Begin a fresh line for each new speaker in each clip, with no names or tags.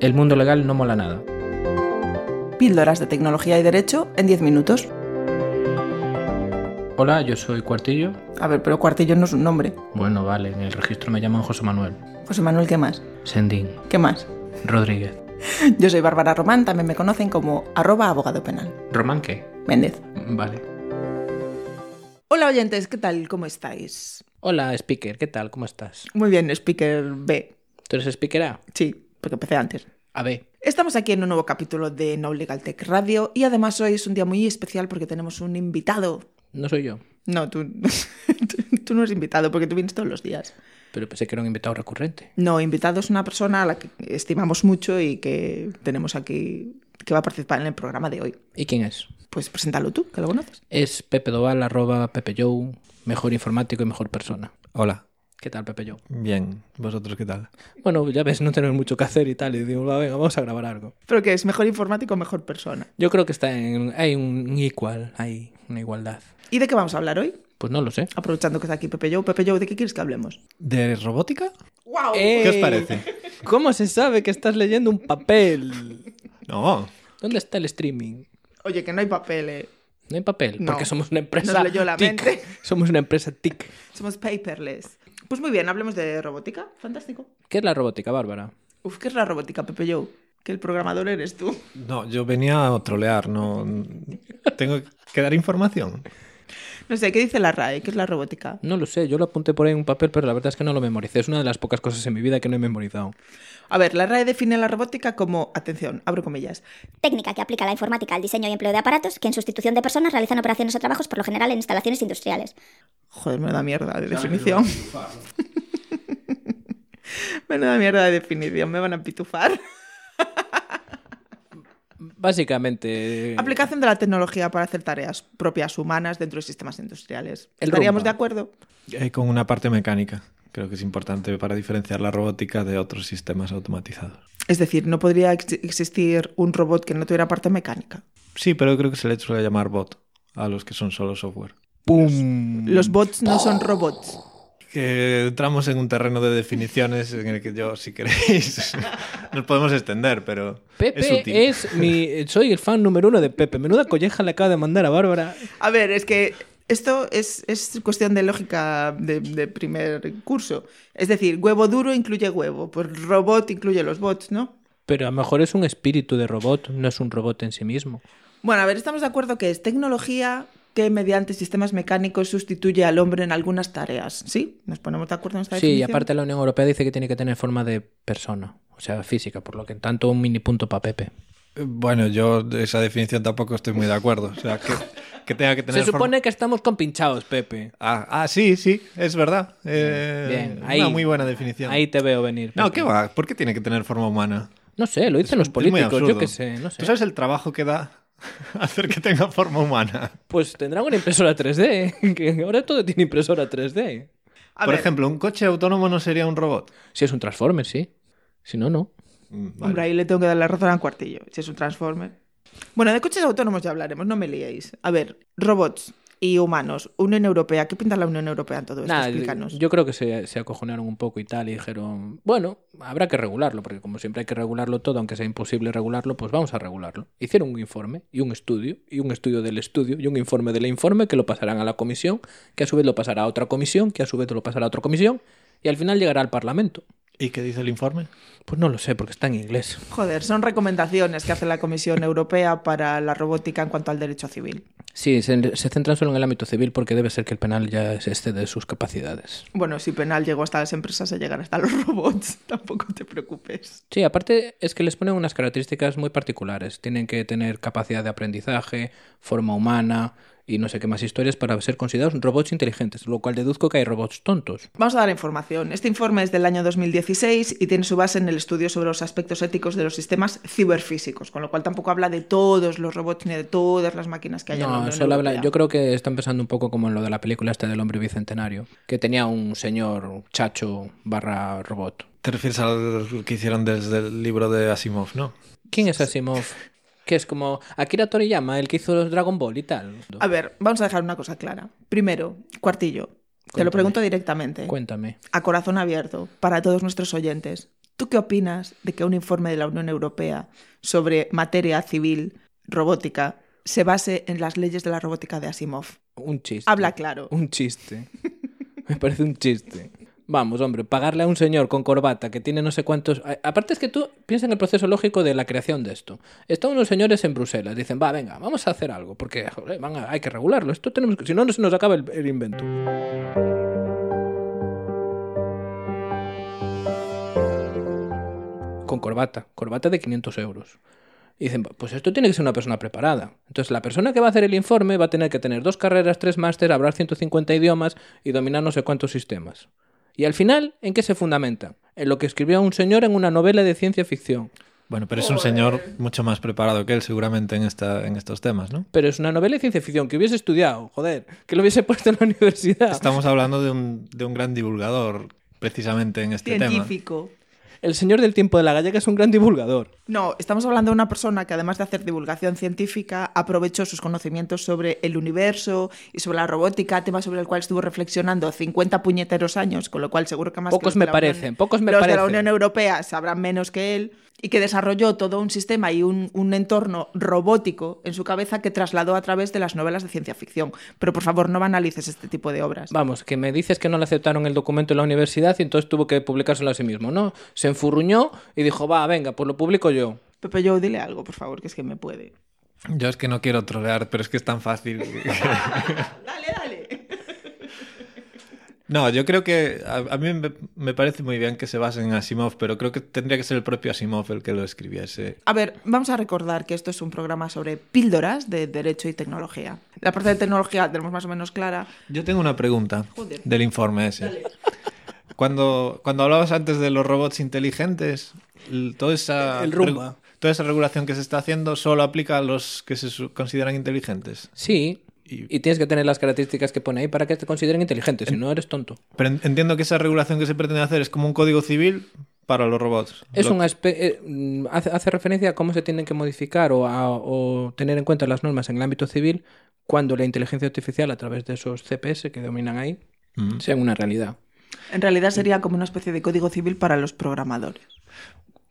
el mundo legal no mola nada.
Píldoras de tecnología y derecho en 10 minutos.
Hola, yo soy Cuartillo.
A ver, pero Cuartillo no es un nombre.
Bueno, vale, en el registro me llaman José Manuel.
José Manuel, ¿qué más?
Sendín.
¿Qué más?
Rodríguez.
Yo soy Bárbara Román, también me conocen como arroba abogado penal.
¿Román qué?
Méndez.
Vale.
Hola oyentes, ¿qué tal? ¿Cómo estáis?
Hola, Speaker, ¿qué tal? ¿Cómo estás?
Muy bien, Speaker B.
¿Tú eres Speaker A?
Sí, porque empecé antes.
A ver.
Estamos aquí en un nuevo capítulo de No Legal Tech Radio y además hoy es un día muy especial porque tenemos un invitado.
No soy yo,
No, tú, tú- tú no eres invitado porque tú vienes todos los días.
pero pensé que era un invitado recurrente.
No, invitado es una persona a la que estimamos mucho y que tenemos aquí, que va a participar en el programa de hoy.
¿Y quién es?
Pues preséntalo tú, que lo conoces.
Es Pepe Doval, arroba Pepe Joe, mejor informático y mejor persona.
Hola,
¿Qué tal, Pepe Joe?
bien. ¿Vosotros qué tal?
Bueno, ya ves, no tener mucho que hacer y tal, y digo, "Va, venga, vamos a grabar algo.
Pero que es mejor informático, mejor persona.
Yo creo que está en... hay un igual, hay una igualdad.
¿Y de qué vamos a hablar hoy?
Pues no lo sé.
Aprovechando que está aquí Pepe Joe. Pepe Joe, ¿de qué quieres que hablemos? Eh.
¿De robótica?
¡Wow!
¿Qué
Eh,
os parece?
¿Cómo se sabe que estás leyendo un papel?
No,
¿Dónde está el streaming?
Oye, que no hay papel, eh.
No hay papel,
No.
porque somos una empresa.
Nos leyó la
TIC.
mente.
Somos una empresa TIC.
Somos paperless. Pues muy bien, hablemos de robótica. Fantástico.
¿Qué es la robótica, Bárbara?
Uf, ¿qué es la robótica, Pepe Joe? Que el programador eres tú.
no, yo venía a trolear, no. Tengo que dar información.
No sé, ¿qué dice la RAE? ¿Qué es la robótica?
No lo sé, yo lo apunté por ahí en un papel, pero la verdad es que no lo memoricé. Es una de las pocas cosas en mi vida que no he memorizado.
A ver, la RAE define la robótica como, atención, abro comillas,
Técnica que aplica la informática al diseño y empleo de aparatos que en sustitución de personas realizan operaciones o trabajos por lo general en instalaciones industriales.
Joder, menuda mierda de definición. menuda mierda de definición, me van a pitufar.
Básicamente.
Aplicación de la tecnología para hacer tareas propias humanas dentro de sistemas industriales.
El
¿Estaríamos
Roomba.
de acuerdo?
Eh, con una parte mecánica. Creo que es importante para diferenciar la robótica de otros sistemas automatizados.
Es decir, no podría ex- existir un robot que no tuviera parte mecánica.
Sí, pero creo que se le suele llamar bot a los que son solo software.
¡Pum!
Los bots no son robots.
Que entramos en un terreno de definiciones en el que yo, si queréis, nos podemos extender, pero es útil.
Pepe es, mi. Soy el fan número uno de Pepe. Menuda colleja le acaba de mandar a Bárbara.
A ver, es que esto es, es cuestión de lógica de, de primer curso. Es decir, huevo duro incluye huevo, pues robot incluye los bots, ¿no?
Pero a lo mejor es un espíritu de robot, no es un robot en sí mismo.
Bueno, a ver, estamos de acuerdo que es tecnología que mediante sistemas mecánicos sustituye al hombre en algunas tareas, ¿sí? Nos ponemos de acuerdo en esta
Sí, y
definición?
aparte la Unión Europea dice que tiene que tener forma de persona, o sea, física, por lo que en tanto un mini punto para Pepe.
Bueno, yo de esa definición tampoco estoy muy de acuerdo. O sea, que, que tenga que tener.
Se
forma-
supone que estamos compinchados, Pepe.
Ah, ah, sí, sí, es verdad. Eh,
Bien,
una
ahí.
muy buena definición.
Ahí te veo venir.
No,
Pepe.
¿qué va? ¿Por qué tiene que tener forma humana?
No sé, lo dicen los
Es muy
políticos, yo
absurdo.
qué sé, no sé.
¿Tú sabes el trabajo que da hacer que tenga forma humana?
Pues tendrán una impresora 3D, que ahora todo tiene impresora 3D.
A
Por
ver,
ejemplo, un coche autónomo no sería un robot.
Si es un Transformer, sí. Si no, no.
Mm, vale.
Hombre, ahí le tengo que dar la razón al cuartillo, si es un transformer. Bueno, de coches autónomos ya hablaremos, no me liéis. A ver, robots y humanos, Unión Europea, ¿qué pinta la Unión Europea en todo esto?
Nada,
Pues, Explícanos.
yo creo que se, se acojonaron un poco y tal y dijeron, bueno, habrá que regularlo, porque como siempre hay que regularlo todo, aunque sea imposible regularlo, pues vamos a regularlo. Hicieron un informe y un estudio, y un estudio del estudio, y un informe del informe que lo pasarán a la comisión, que a su vez lo pasará a otra comisión, que a su vez lo pasará a otra comisión, y al final llegará al Parlamento.
¿Y qué dice el informe?
Pues no lo sé, porque está en inglés.
Joder, son recomendaciones que hace la Comisión Europea para la robótica en cuanto al derecho civil.
Sí, se, se centran solo en el ámbito civil porque debe ser que el penal ya es este de sus capacidades.
Bueno, si penal llegó hasta las empresas, a llegar hasta los robots, tampoco te preocupes.
Sí, aparte es que les ponen unas características muy particulares. Tienen que tener capacidad de aprendizaje, forma humana y no sé qué más historias para ser considerados robots inteligentes, lo cual deduzco que hay robots tontos.
Vamos a dar información. Este informe es del año 2016 y tiene su base en el estudio sobre los aspectos éticos de los sistemas ciberfísicos, con lo cual tampoco habla de todos los robots ni de todas las máquinas que hay en la
No,
Unión
solo habla-
Europea.
yo creo que están pensando un poco como en lo de la película esta del hombre bicentenario, que tenía un señor chacho barra robot.
Te refieres al que hicieron desde el libro de Asimov, ¿no?
¿Quién es Asimov? Que es como Akira Toriyama, el que hizo los Dragon Ball y tal.
A ver, vamos a dejar una cosa clara. Primero, cuartillo, te lo
Cuéntame.
pregunto directamente,
Cuéntame.
a corazón abierto, para todos nuestros oyentes. ¿Tú qué opinas de que un informe de la Unión Europea sobre materia civil robótica se base en las leyes de la robótica de Asimov?
Un chiste.
Habla claro.
Un chiste. Me parece un chiste. Vamos, hombre, pagarle a un señor con corbata que tiene no sé cuántos... a- Aparte es que tú piensa en el proceso lógico de la creación de esto. Están unos señores en Bruselas, dicen, va, venga, vamos a hacer algo, porque joder, van a- hay que regularlo, esto tenemos que... Si no, no se nos acaba el, el invento. Con corbata, corbata de 500 euros. Y dicen, pues esto tiene que ser una persona preparada. Entonces, la persona que va a hacer el informe va a tener que tener dos carreras, tres máster, hablar 150 idiomas y dominar no sé cuántos sistemas. Y al final, ¿en qué se fundamenta? En lo que escribió un señor en una novela de ciencia ficción.
Bueno, pero es un señor mucho más preparado que él seguramente en, esta, en estos temas, ¿no?
Pero es una novela de ciencia ficción que hubiese estudiado, joder, que lo hubiese puesto en la universidad.
Estamos hablando de un, de un gran divulgador precisamente en este
Científico.
El señor del tiempo de la gallega es un gran divulgador.
No, estamos hablando de una persona que además de hacer divulgación científica, aprovechó sus conocimientos sobre el universo y sobre la robótica, tema sobre el cual estuvo reflexionando 50 puñeteros años, con lo cual seguro que más... que
Pocos
los de
me
la
parecen,
Unión-
pocos me
los de la
parecen.
Unión Europea sabrán menos que él, y que desarrolló todo un sistema y un, un entorno robótico en su cabeza que trasladó a través de las novelas de ciencia ficción. Pero por favor, no banalices este tipo de obras.
Vamos, que me dices que no le aceptaron el documento en la universidad y entonces tuvo que publicárselo a sí mismo, ¿no? Se enfurruñó y dijo, va, venga, pues lo publico yo.
Pepe, yo dile algo, por favor, que es que me puede.
tema. Yo es que no quiero trolear, pero es que es tan fácil.
Dale, dale.
No, yo creo que a, a mí me, me parece muy bien que se basen en Asimov, pero creo que tendría que ser el propio Asimov el que lo escribiese.
A ver, vamos a recordar que esto es un programa sobre píldoras de derecho y tecnología. La parte de tecnología la tenemos más o menos clara.
Yo tengo una pregunta
Joder.
del informe ese. Cuando, cuando hablabas antes de los robots inteligentes, l- toda esa,
El Roomba.
regu- toda esa regulación que se está haciendo solo aplica a los que se su- consideran inteligentes.
Sí,
Y-
y tienes que tener las características que pone ahí para que te consideren inteligente, si no eres tonto.
Pero en- entiendo que esa regulación que se pretende hacer es como un código civil para los robots.
Es
Lo-
un aspe- eh, mm, hace, hace referencia a cómo se tienen que modificar o, a- o tener en cuenta las normas en el ámbito civil cuando la inteligencia artificial a través de esos CPS que dominan ahí
Mm.
sean una realidad.
En realidad sería como una especie de código civil para los programadores.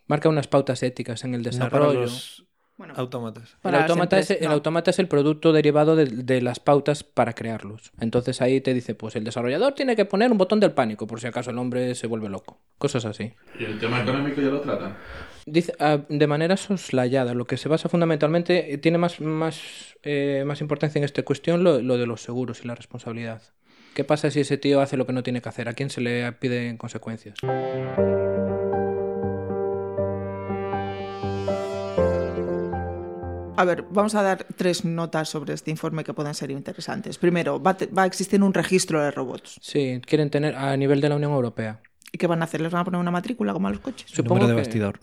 Marca unas pautas éticas en el
no
desarrollo.
para los
Bueno,
autómatas.
para
el,
las
autómata es,
empresas,
el
no.
autómata es el producto derivado de, de las pautas para crearlos. Entonces ahí te dice, pues el desarrollador tiene que poner un botón del pánico por si acaso el hombre se vuelve loco. Cosas así.
¿Y el tema económico ya lo tratan?
Dice, ah, de manera soslayada, lo que se basa fundamentalmente, eh, tiene más, más, eh, más importancia en esta cuestión lo, lo de los seguros y la responsabilidad. ¿Qué pasa si ese tío hace lo que no tiene que hacer? ¿A quién se le piden consecuencias?
A ver, vamos a dar tres notas sobre este informe que puedan ser interesantes. Primero, va a, te- va a existir un registro de robots.
Sí, quieren tener a nivel de la Unión Europea.
¿Y qué van a hacer? ¿Les van a poner una matrícula como a los coches?
Supongo
Número de
que-
bastidor.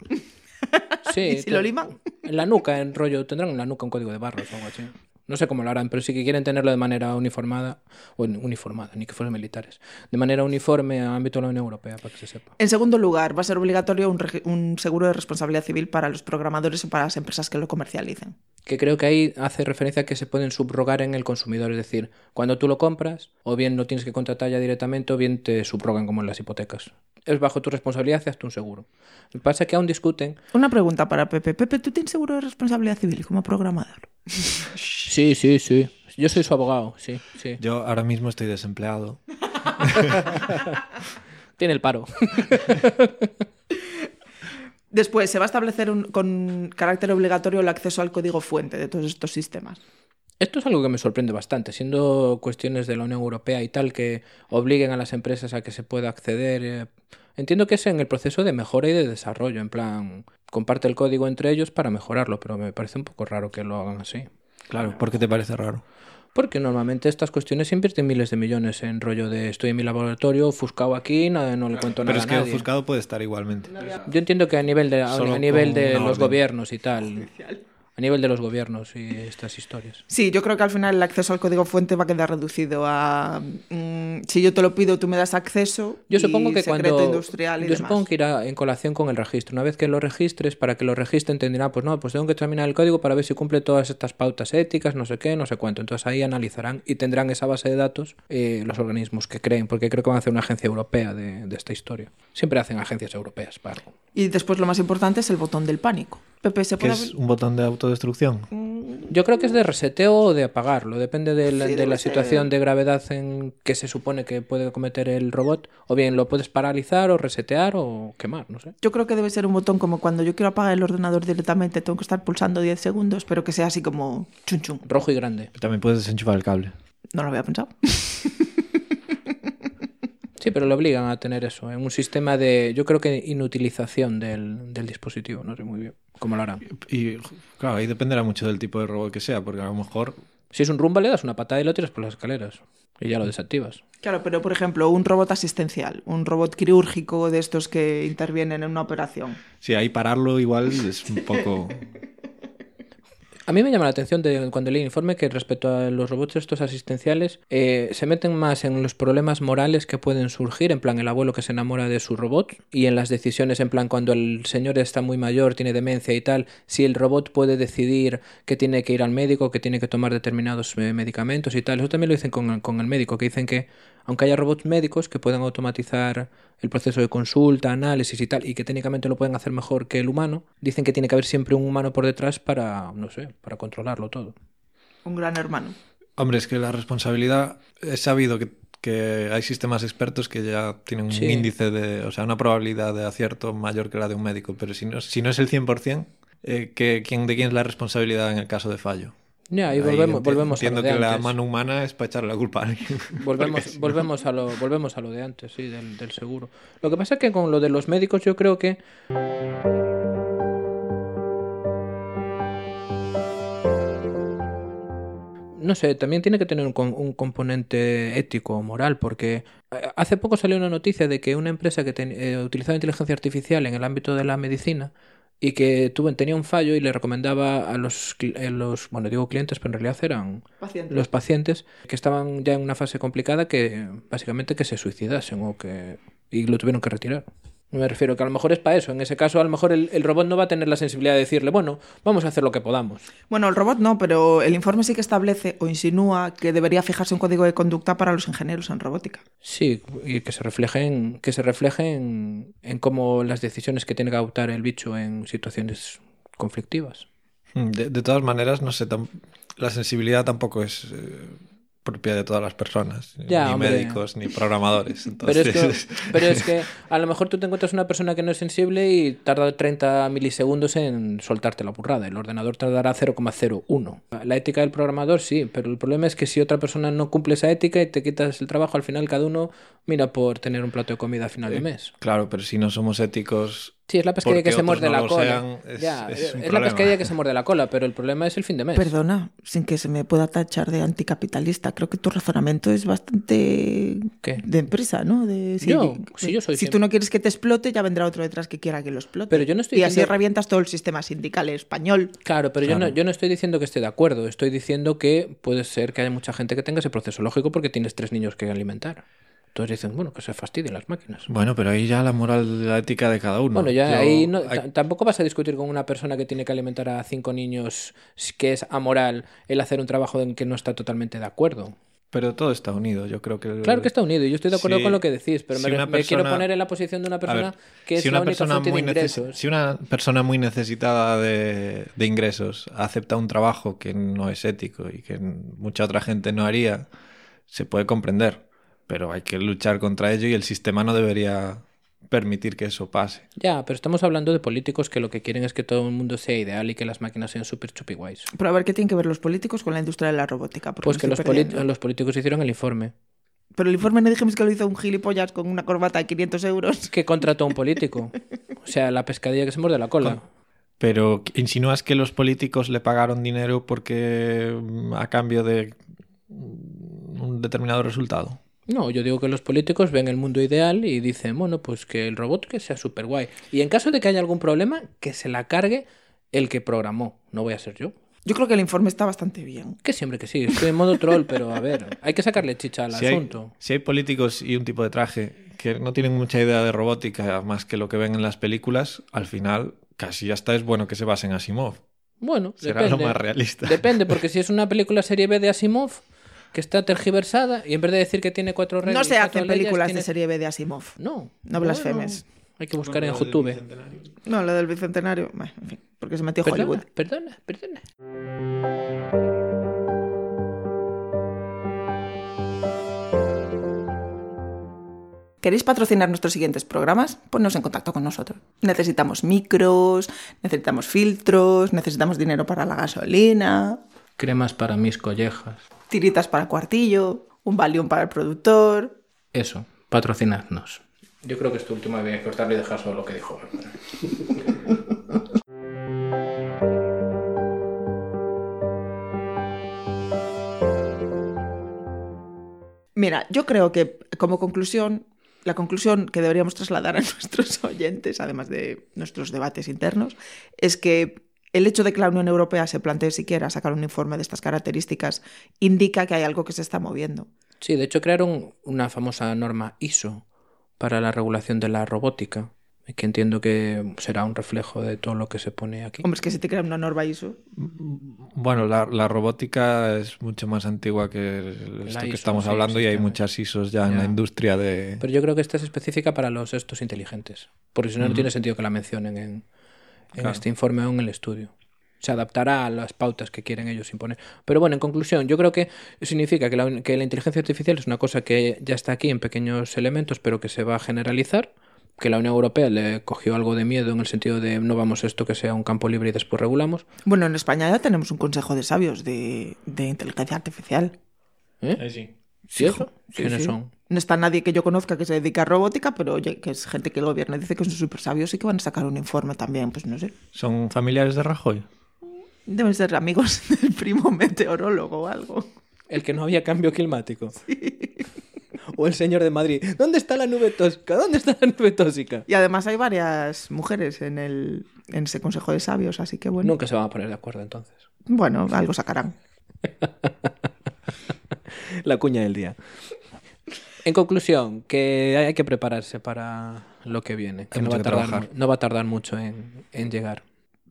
Sí,
¿Y si
te-
lo liman?
En la nuca, en rollo, tendrán en la nuca un código de barras o algo así. No sé cómo lo harán, pero sí que quieren tenerlo de manera uniformada, o uniformada, ni que fueran militares, de manera uniforme a ámbito de la Unión Europea, para que se sepa.
En segundo lugar, va a ser obligatorio un, regi- un seguro de responsabilidad civil para los programadores o para las empresas que lo comercialicen.
que creo que ahí hace referencia a que se pueden subrogar en el consumidor, es decir, cuando tú lo compras, o bien lo tienes que contratar ya directamente, o bien te subrogan como en las hipotecas. Es bajo tu responsabilidad, hazte un seguro. Lo que pasa es que aún discuten.
Una pregunta para Pepe. Pepe, ¿tú tienes seguro de responsabilidad civil como programador?
Sí, sí, sí. Yo soy su abogado, sí, sí.
Yo ahora mismo estoy desempleado.
Tiene el paro.
Después, se va a establecer un- con carácter obligatorio el acceso al código fuente de todos estos sistemas.
Esto es algo que me sorprende bastante, siendo cuestiones de la Unión Europea y tal que obliguen a las empresas a que se pueda acceder. eh, Entiendo que es en el proceso de mejora y de desarrollo, en plan, comparte el código entre ellos para mejorarlo, pero me parece un poco raro que lo hagan así.
Claro, ¿por qué te parece raro?
Porque normalmente estas cuestiones se invierten miles de millones en rollo de estoy en mi laboratorio, ofuscado aquí, no, no le cuento
Pero
nada
es
a
que
nadie.
ofuscado puede estar igualmente.
Yo entiendo que a nivel de, a,
Solo
a nivel
con
de
una
los
orden.
gobiernos y tal, a nivel de los gobiernos y estas historias.
Sí, yo creo que al final el acceso al código fuente va a quedar reducido a mm, si yo te lo pido, tú me das acceso.
Yo
y
supongo que
secreto
cuando.
industrial y
yo
demás.
supongo que irá en colación con el registro. Una vez que lo registres, para que lo registren, te dirán, pues no, pues tengo que examinar el código para ver si cumple todas estas pautas éticas, no sé qué, no sé cuánto. Entonces ahí analizarán y tendrán esa base de datos eh, los organismos que creen, porque creo que van a hacer una agencia europea de, de esta historia. Siempre hacen agencias europeas para algo.
Y después lo más importante es el botón del pánico. Pepe, ¿se
Que
puede
es
abrir?
un botón de autodestrucción.
Yo creo que es de reseteo o de apagarlo, depende de la,
Sí,
de
debe
la
ser.
situación de gravedad en que se supone que puede cometer el robot. O bien lo puedes paralizar o resetear o quemar, no sé.
Yo creo que debe ser un botón como cuando yo quiero apagar el ordenador directamente, tengo que estar pulsando 10 segundos, pero que sea así como chun chun.
Rojo y grande.
También puedes desenchufar el cable.
No lo había pensado.
Sí, pero lo obligan a tener eso, en un sistema de, yo creo que inutilización del, del dispositivo, no sé muy bien cómo lo harán.
Y claro, ahí dependerá mucho del tipo de robot que sea, porque a lo mejor
Si es un rumba le das una patada y lo tiras por las escaleras y ya lo desactivas.
Claro, pero por ejemplo, un robot asistencial, un robot quirúrgico de estos que intervienen en una operación.
si ahí pararlo igual es un poco...
A mí me llama la atención de cuando leí el informe que respecto a los robots estos asistenciales eh, se meten más en los problemas morales que pueden surgir, en plan el abuelo que se enamora de su robot y en las decisiones, en plan cuando el señor está muy mayor, tiene demencia y tal, si el robot puede decidir que tiene que ir al médico, que tiene que tomar determinados eh, medicamentos y tal. Eso también lo dicen con, con el médico, que dicen que aunque haya robots médicos que puedan automatizar el proceso de consulta, análisis y tal, y que técnicamente lo pueden hacer mejor que el humano, dicen que tiene que haber siempre un humano por detrás para, no sé, para controlarlo todo.
Un gran hermano.
Hombre, es que la responsabilidad... Es sabido que, que hay sistemas expertos que ya tienen un
Sí.
índice de... O sea, una probabilidad de acierto mayor que la de un médico, pero si no, si no es el 100%, eh, ¿qué- quién, ¿de quién es la responsabilidad en el caso de fallo?
Ya, y
Ahí
volvemos,
enti-
volvemos a
Entiendo
lo de
que la
antes.
mano humana es para echarle la culpa a alguien.
Volvemos, volvemos, a lo, volvemos a lo de antes, sí, del, del seguro. Lo que pasa es que con lo de los médicos yo creo que... No sé, también tiene que tener un, con- un componente ético o moral, porque eh, hace poco salió una noticia de que una empresa que ten- eh, utilizaba inteligencia artificial en el ámbito de la medicina y que tuvo, tenía un fallo y le recomendaba a los, cli- eh, los, bueno, digo clientes, pero en realidad eran
Paciente.
los pacientes que estaban ya en una fase complicada que básicamente que se suicidasen o que y lo tuvieron que retirar. Me refiero que a lo mejor es para eso. En ese caso, a lo mejor el, el robot no va a tener la sensibilidad de decirle, bueno, vamos a hacer lo que podamos.
Bueno, el robot no, pero el informe sí que establece o insinúa que debería fijarse un código de conducta para los ingenieros en robótica.
Sí, y que se refleje en, que se refleje en, en cómo las decisiones que tiene que adoptar el bicho en situaciones conflictivas.
Mm, De, de todas maneras, no sé, tam- la sensibilidad tampoco es eh, propia de todas las personas,
Ya,
ni
hombre.
médicos, ni programadores.
Pero
Entonces,
es, que, pero es que a lo mejor tú te encuentras una persona que no es sensible y tarda 30 milisegundos en soltarte la burrada. El ordenador tardará 0,01. La ética del programador sí, pero el problema es que si otra persona no cumple esa ética y te quitas el trabajo, al final cada uno mira por tener un plato de comida a final de mes.
claro, pero si no somos éticos,
Sí, es la pesquería que
porque
se
otros
muerde
no
la
lo
cola.
sean, es-
Ya,
es un
la
problema.
pesquería que se muerde la cola, pero el problema es el fin de mes.
Perdona, sin que se me pueda tachar de anticapitalista, creo que tu razonamiento es bastante
¿Qué?
de empresa, ¿no? De,
Yo, si yo soy
si
siempre-
tú no quieres que te explote, ya vendrá otro detrás que quiera que lo explote.
Pero yo no estoy
y así
diciendo-
revientas todo el sistema sindical español.
Claro, pero Yo, no, yo no estoy diciendo que esté de acuerdo, estoy diciendo que puede ser que haya mucha gente que tenga ese proceso lógico porque tienes tres niños que alimentar. Entonces dicen, bueno, que se fastidien las máquinas.
bueno, pero ahí ya la moral, la ética de cada uno.
Bueno, ya
Yo-
ahí no-
hay-
ta- tampoco vas a discutir con una persona que tiene que alimentar a cinco niños si- que es amoral el hacer un trabajo en que no está totalmente de acuerdo.
pero todo está unido, yo creo que... el-
Claro que está unido y yo estoy de acuerdo
Sí.
con lo que decís, pero
Si
me, re-
una
me quiero
persona-
poner en la posición de una
A ver,
persona que es la única fuente de
muy neces-
ingresos.
si una persona muy necesitada de, de ingresos acepta un trabajo que no es ético y que mucha otra gente no haría, se puede comprender, pero hay que luchar contra ello y el sistema no debería permitir que eso pase.
Ya, pero estamos hablando de políticos que lo que quieren es que todo el mundo sea ideal y que las máquinas sean súper chupi guays.
Pero a ver qué tienen que ver los políticos con la industria de la robótica. Porque
Pues
me
que los,
estoy
polit-
perdiendo.
los políticos hicieron el informe.
Pero el informe no dijimos que lo hizo un gilipollas con una corbata de 500 euros.
Que contrató a un político. O sea, la pescadilla que se muerde la cola.
Pero insinúas que los políticos le pagaron dinero porque mm, a cambio de mm, un determinado resultado.
No, yo digo que los políticos ven el mundo ideal y dicen, bueno, pues que el robot que sea súper guay. Y en caso de que haya algún problema, que se la cargue el que programó, no voy a ser yo.
Yo creo que el informe está bastante bien.
Que siempre que sí, estoy en modo troll, pero a ver, hay que sacarle chicha al
Si hay,
asunto.
si hay políticos y un tipo de traje que no tienen mucha idea de robótica más que lo que ven en las películas, al final casi hasta es bueno que se basen en Asimov.
Bueno,
Será
depende.
lo más realista.
Depende, porque si es una película serie B de Asimov que está tergiversada y en vez de decir que tiene cuatro reglas,
No
y
se
cuatro
hacen
leyes,
películas
tiene-
de serie B de Asimov.
No.
No blasfemes.
Bueno, hay que buscar en YouTube.
No, lo del bicentenario, bueno, en fin, porque se metió Hollywood.
Perdona, perdona, perdona.
¿Queréis patrocinar nuestros siguientes programas? Ponnos en contacto con nosotros. Necesitamos micros, necesitamos filtros, necesitamos dinero para la gasolina,
Cremas para mis collejas.
tiritas para el cuartillo, un valium para el productor.
Eso, patrocinadnos. Yo creo que es tu última vez cortarle y dejar solo lo que dijo.
Mira, yo creo que como conclusión, la conclusión que deberíamos trasladar a nuestros oyentes, además de nuestros debates internos, es que el hecho de que la Unión Europea se plantee siquiera sacar un informe de estas características indica que hay algo que se está moviendo.
Sí, de hecho crearon una famosa norma ISO para la regulación de la robótica, que entiendo que será un reflejo de todo lo que se pone aquí.
Hombre, es que si te crean una norma ISO,
Mm, Bueno, la, la robótica es mucho más antigua que el-
La
esto que
ISO,
estamos
sí,
hablando y hay
exactamente.
muchas ISOs ya, en
Ya.
la industria de...
Pero yo creo que esta es específica para los estos inteligentes, porque si no, no tiene sentido que la mencionen en, en
Claro.
este informe o en el estudio. Se adaptará a las pautas que quieren ellos imponer. Pero bueno, en conclusión, yo creo que significa que la, que la inteligencia artificial es una cosa que ya está aquí en pequeños elementos, pero que se va a generalizar. Que la Unión Europea le cogió algo de miedo en el sentido de no vamos a esto que sea un campo libre y después regulamos.
Bueno, en España ya tenemos un consejo de sabios de, de inteligencia artificial.
¿Eh? ¿Y eso? ¿Quiénes
Sí, sí.
son?
No está nadie que yo conozca que se dedique a robótica, pero oye, que es gente que el gobierno dice que son súper sabios y que van a sacar un informe también, pues no sé.
¿Son familiares de Rajoy?
Deben ser amigos del primo meteorólogo o algo.
El que no había cambio climático. O el señor de Madrid. ¿Dónde está la nube tóxica? ¿Dónde está la nube tóxica?
Y además hay varias mujeres en, el, en ese consejo de sabios, así que bueno,
Nunca se van a poner de acuerdo entonces.
bueno, algo sacarán.
La cuña del día. En conclusión, que hay que prepararse para lo que viene. que
Hay
no, va
mucho
a
que
tardar,
trabajar.
mu- no va a tardar mucho en, en llegar.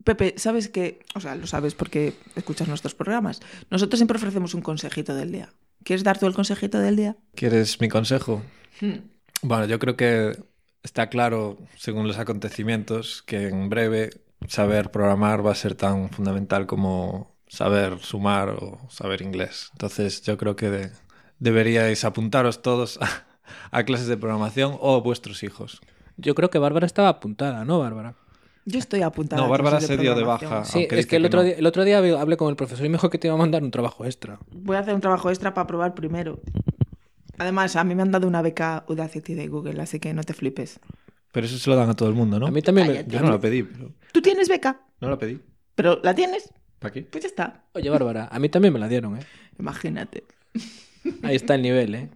Pepe, ¿sabes que O sea, lo sabes porque escuchas nuestros programas. Nosotros siempre ofrecemos un consejito del día. ¿Quieres dar tú el consejito del día?
¿Quieres mi consejo?
Hmm.
Bueno, yo creo que está claro, según los acontecimientos, que en breve saber programar va a ser tan fundamental como saber sumar o saber inglés. Entonces yo creo que de- deberíais apuntaros todos a, a clases de programación o a vuestros hijos.
Yo creo que Bárbara estaba apuntada, ¿no, Bárbara?
Yo estoy apuntada.
No,
a
Bárbara
clases
se dio de
programación.
baja.
Sí,
Aunque
es
dice
que el
que
otro,
no.
día, el otro día hablé con el profesor y me dijo que te iba a mandar un trabajo extra.
Voy a hacer un trabajo extra para probar primero. Además, a mí me han dado una beca Udacity de Google, así que no te flipes.
Pero eso se lo dan a todo el mundo, ¿no?
A mí también me-
Cállate.
Yo no lo pedí, pero
Tú tienes beca,
no lo pedí.
pero la tienes,
¿Para qué?
pues ya está.
Oye, Bárbara, a mí también me la dieron, ¿eh?
Imagínate.
Ahí está el nivel, ¿eh?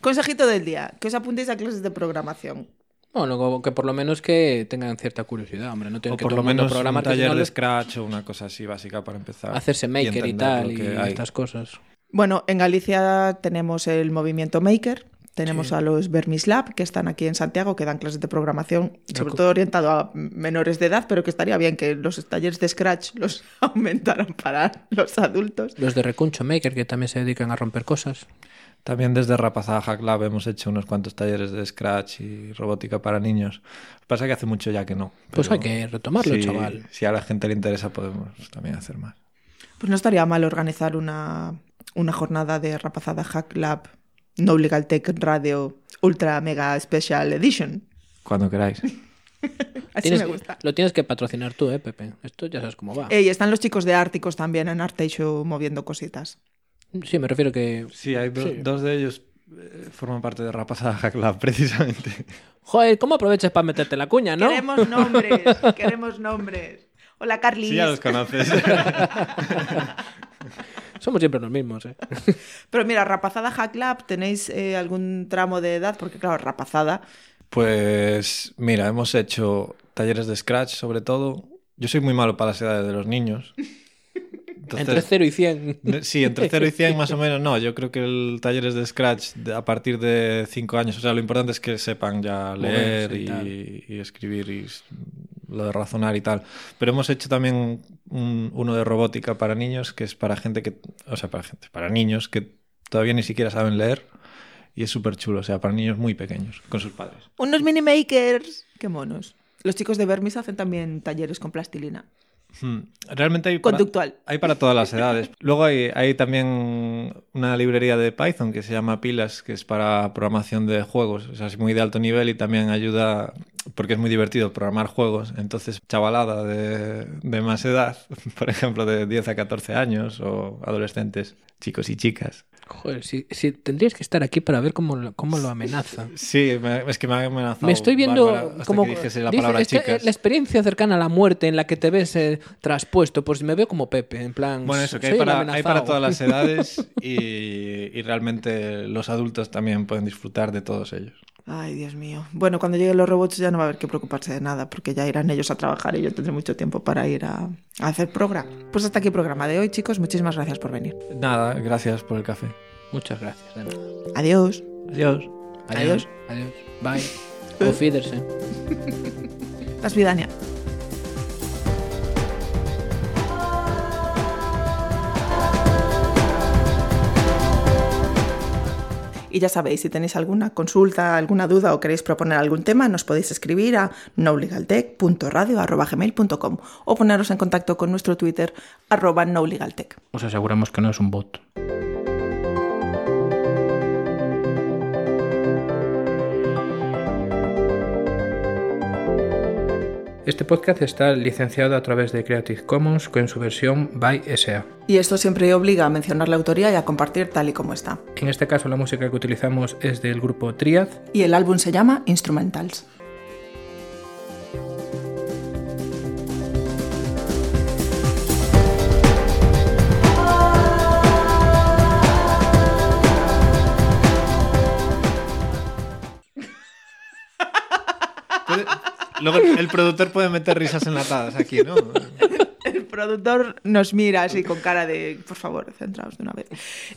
Consejito del día, que os apuntéis a clases de programación.
Bueno, como que por lo menos que tengan cierta curiosidad, hombre. No tienen
O
que
por
todo
lo
el mundo
menos
programar, que
un
si
taller
no
de
les-
Scratch o una cosa así básica para empezar.
hacerse maker y,
entender
tal
lo
y
que hay.
estas cosas.
Bueno, en Galicia tenemos el movimiento Maker, tenemos a los Vermislab, que están aquí en Santiago, que dan clases de programación, sobre
Recu-
todo orientado a menores de edad, pero que estaría bien que los talleres de Scratch los aumentaran para los adultos.
Los de Recuncho Maker, que también se dedican a romper cosas.
También desde Rapazada Hack Lab hemos hecho unos cuantos talleres de Scratch y robótica para niños. Pasa que hace mucho ya que no.
Pues
pero
hay que retomarlo,
si-
chaval.
Si a la gente le interesa, podemos también hacer más.
Pues no estaría mal organizar una, una jornada de rapazada Hack Lab No Legal Tech Radio Ultra Mega Special Edition.
Cuando queráis.
Así
Tienes-
me gusta.
Lo tienes que patrocinar tú, ¿eh, Pepe? Esto ya sabes cómo va.
Eh, y están los chicos de Árticos también en Arte Show moviendo cositas.
Sí, me refiero que...
Sí, hay do-
Sí.
dos de ellos eh, forman parte de Rapazada Hack Lab, precisamente.
Joder, ¿cómo aprovechas para meterte la cuña, no?
Queremos nombres, queremos nombres. Hola, Carly.
Sí, ya los conoces.
Somos siempre los mismos, ¿eh?
Pero mira, Rapazada Hack Lab, ¿tenéis eh, algún tramo de edad? Porque claro, Rapazada.
pues mira, hemos hecho talleres de Scratch sobre todo Yo soy muy malo para las edades de los niños. Entonces-
Entre 0 y 100.
Ne- Sí, entre 0 y 100 más o menos. No, yo creo que el taller es de Scratch de- a partir de 5 años. O sea, lo importante es que sepan ya
Moverse
leer
y tal.
y, y escribir y s- lo de razonar y tal. Pero hemos hecho también un- uno de robótica para niños, que es para gente que... O sea, para gente, para niños que todavía ni siquiera saben leer. Y es súper chulo, o sea, para niños muy pequeños, con sus padres.
Unos mini makers. Qué monos. Los chicos de Vermis hacen también talleres con plastilina.
Hmm. Realmente hay... para-
Conductual.
Hay para todas las edades. Luego hay, hay también una librería de Python que se llama Pilas, que es para programación de juegos. O sea, es muy de alto nivel y también ayuda, porque es muy divertido programar juegos. Entonces, chavalada de, de más edad, por ejemplo, de 10 a 14 años o adolescentes, chicos y chicas.
Joder, si, si tendrías que estar aquí para ver cómo lo, cómo lo amenaza.
Sí, me- es que me ha amenazado.
Me estoy viendo
Bárbara hasta
como
que dijese la
dice,
palabra
"Esta- eh,
chicas.
la experiencia cercana a la muerte en la que te ves eh, traspuesto, pues me veo como Pepe, en plan
Bueno, eso, que
soy
hay
el
para, hay
amenazado.
para todas las edades y, y realmente los adultos también pueden disfrutar de todos ellos.
Ay, Dios mío. Bueno, cuando lleguen los robots ya no va a haber que preocuparse de nada, porque ya irán ellos a trabajar y yo tendré mucho tiempo para ir a, a hacer programa. Pues hasta aquí el programa de hoy, chicos. Muchísimas gracias por venir.
Nada, gracias por el café.
Muchas gracias. de nada.
Adiós.
Adiós.
Adiós. Adiós. Bye. Auf Wiedersehen.
Las vidania. Y ya sabéis, si tenéis alguna consulta, alguna duda o queréis proponer algún tema, nos podéis escribir a nolegaltech.radio.gmail.com o poneros en contacto con nuestro Twitter, arroba nolegaltech.
Os aseguramos que no es un bot.
Este podcast está licenciado a través de Creative Commons con su versión by SA.
Y esto siempre obliga a mencionar la autoría y a compartir tal y como está.
En este caso la música que utilizamos es del grupo Triad.
Y el álbum se llama Instrumentals.
Puede- Luego el productor puede meter risas enlatadas aquí, ¿no?
El productor nos mira así con cara de, por favor, centraos de una vez.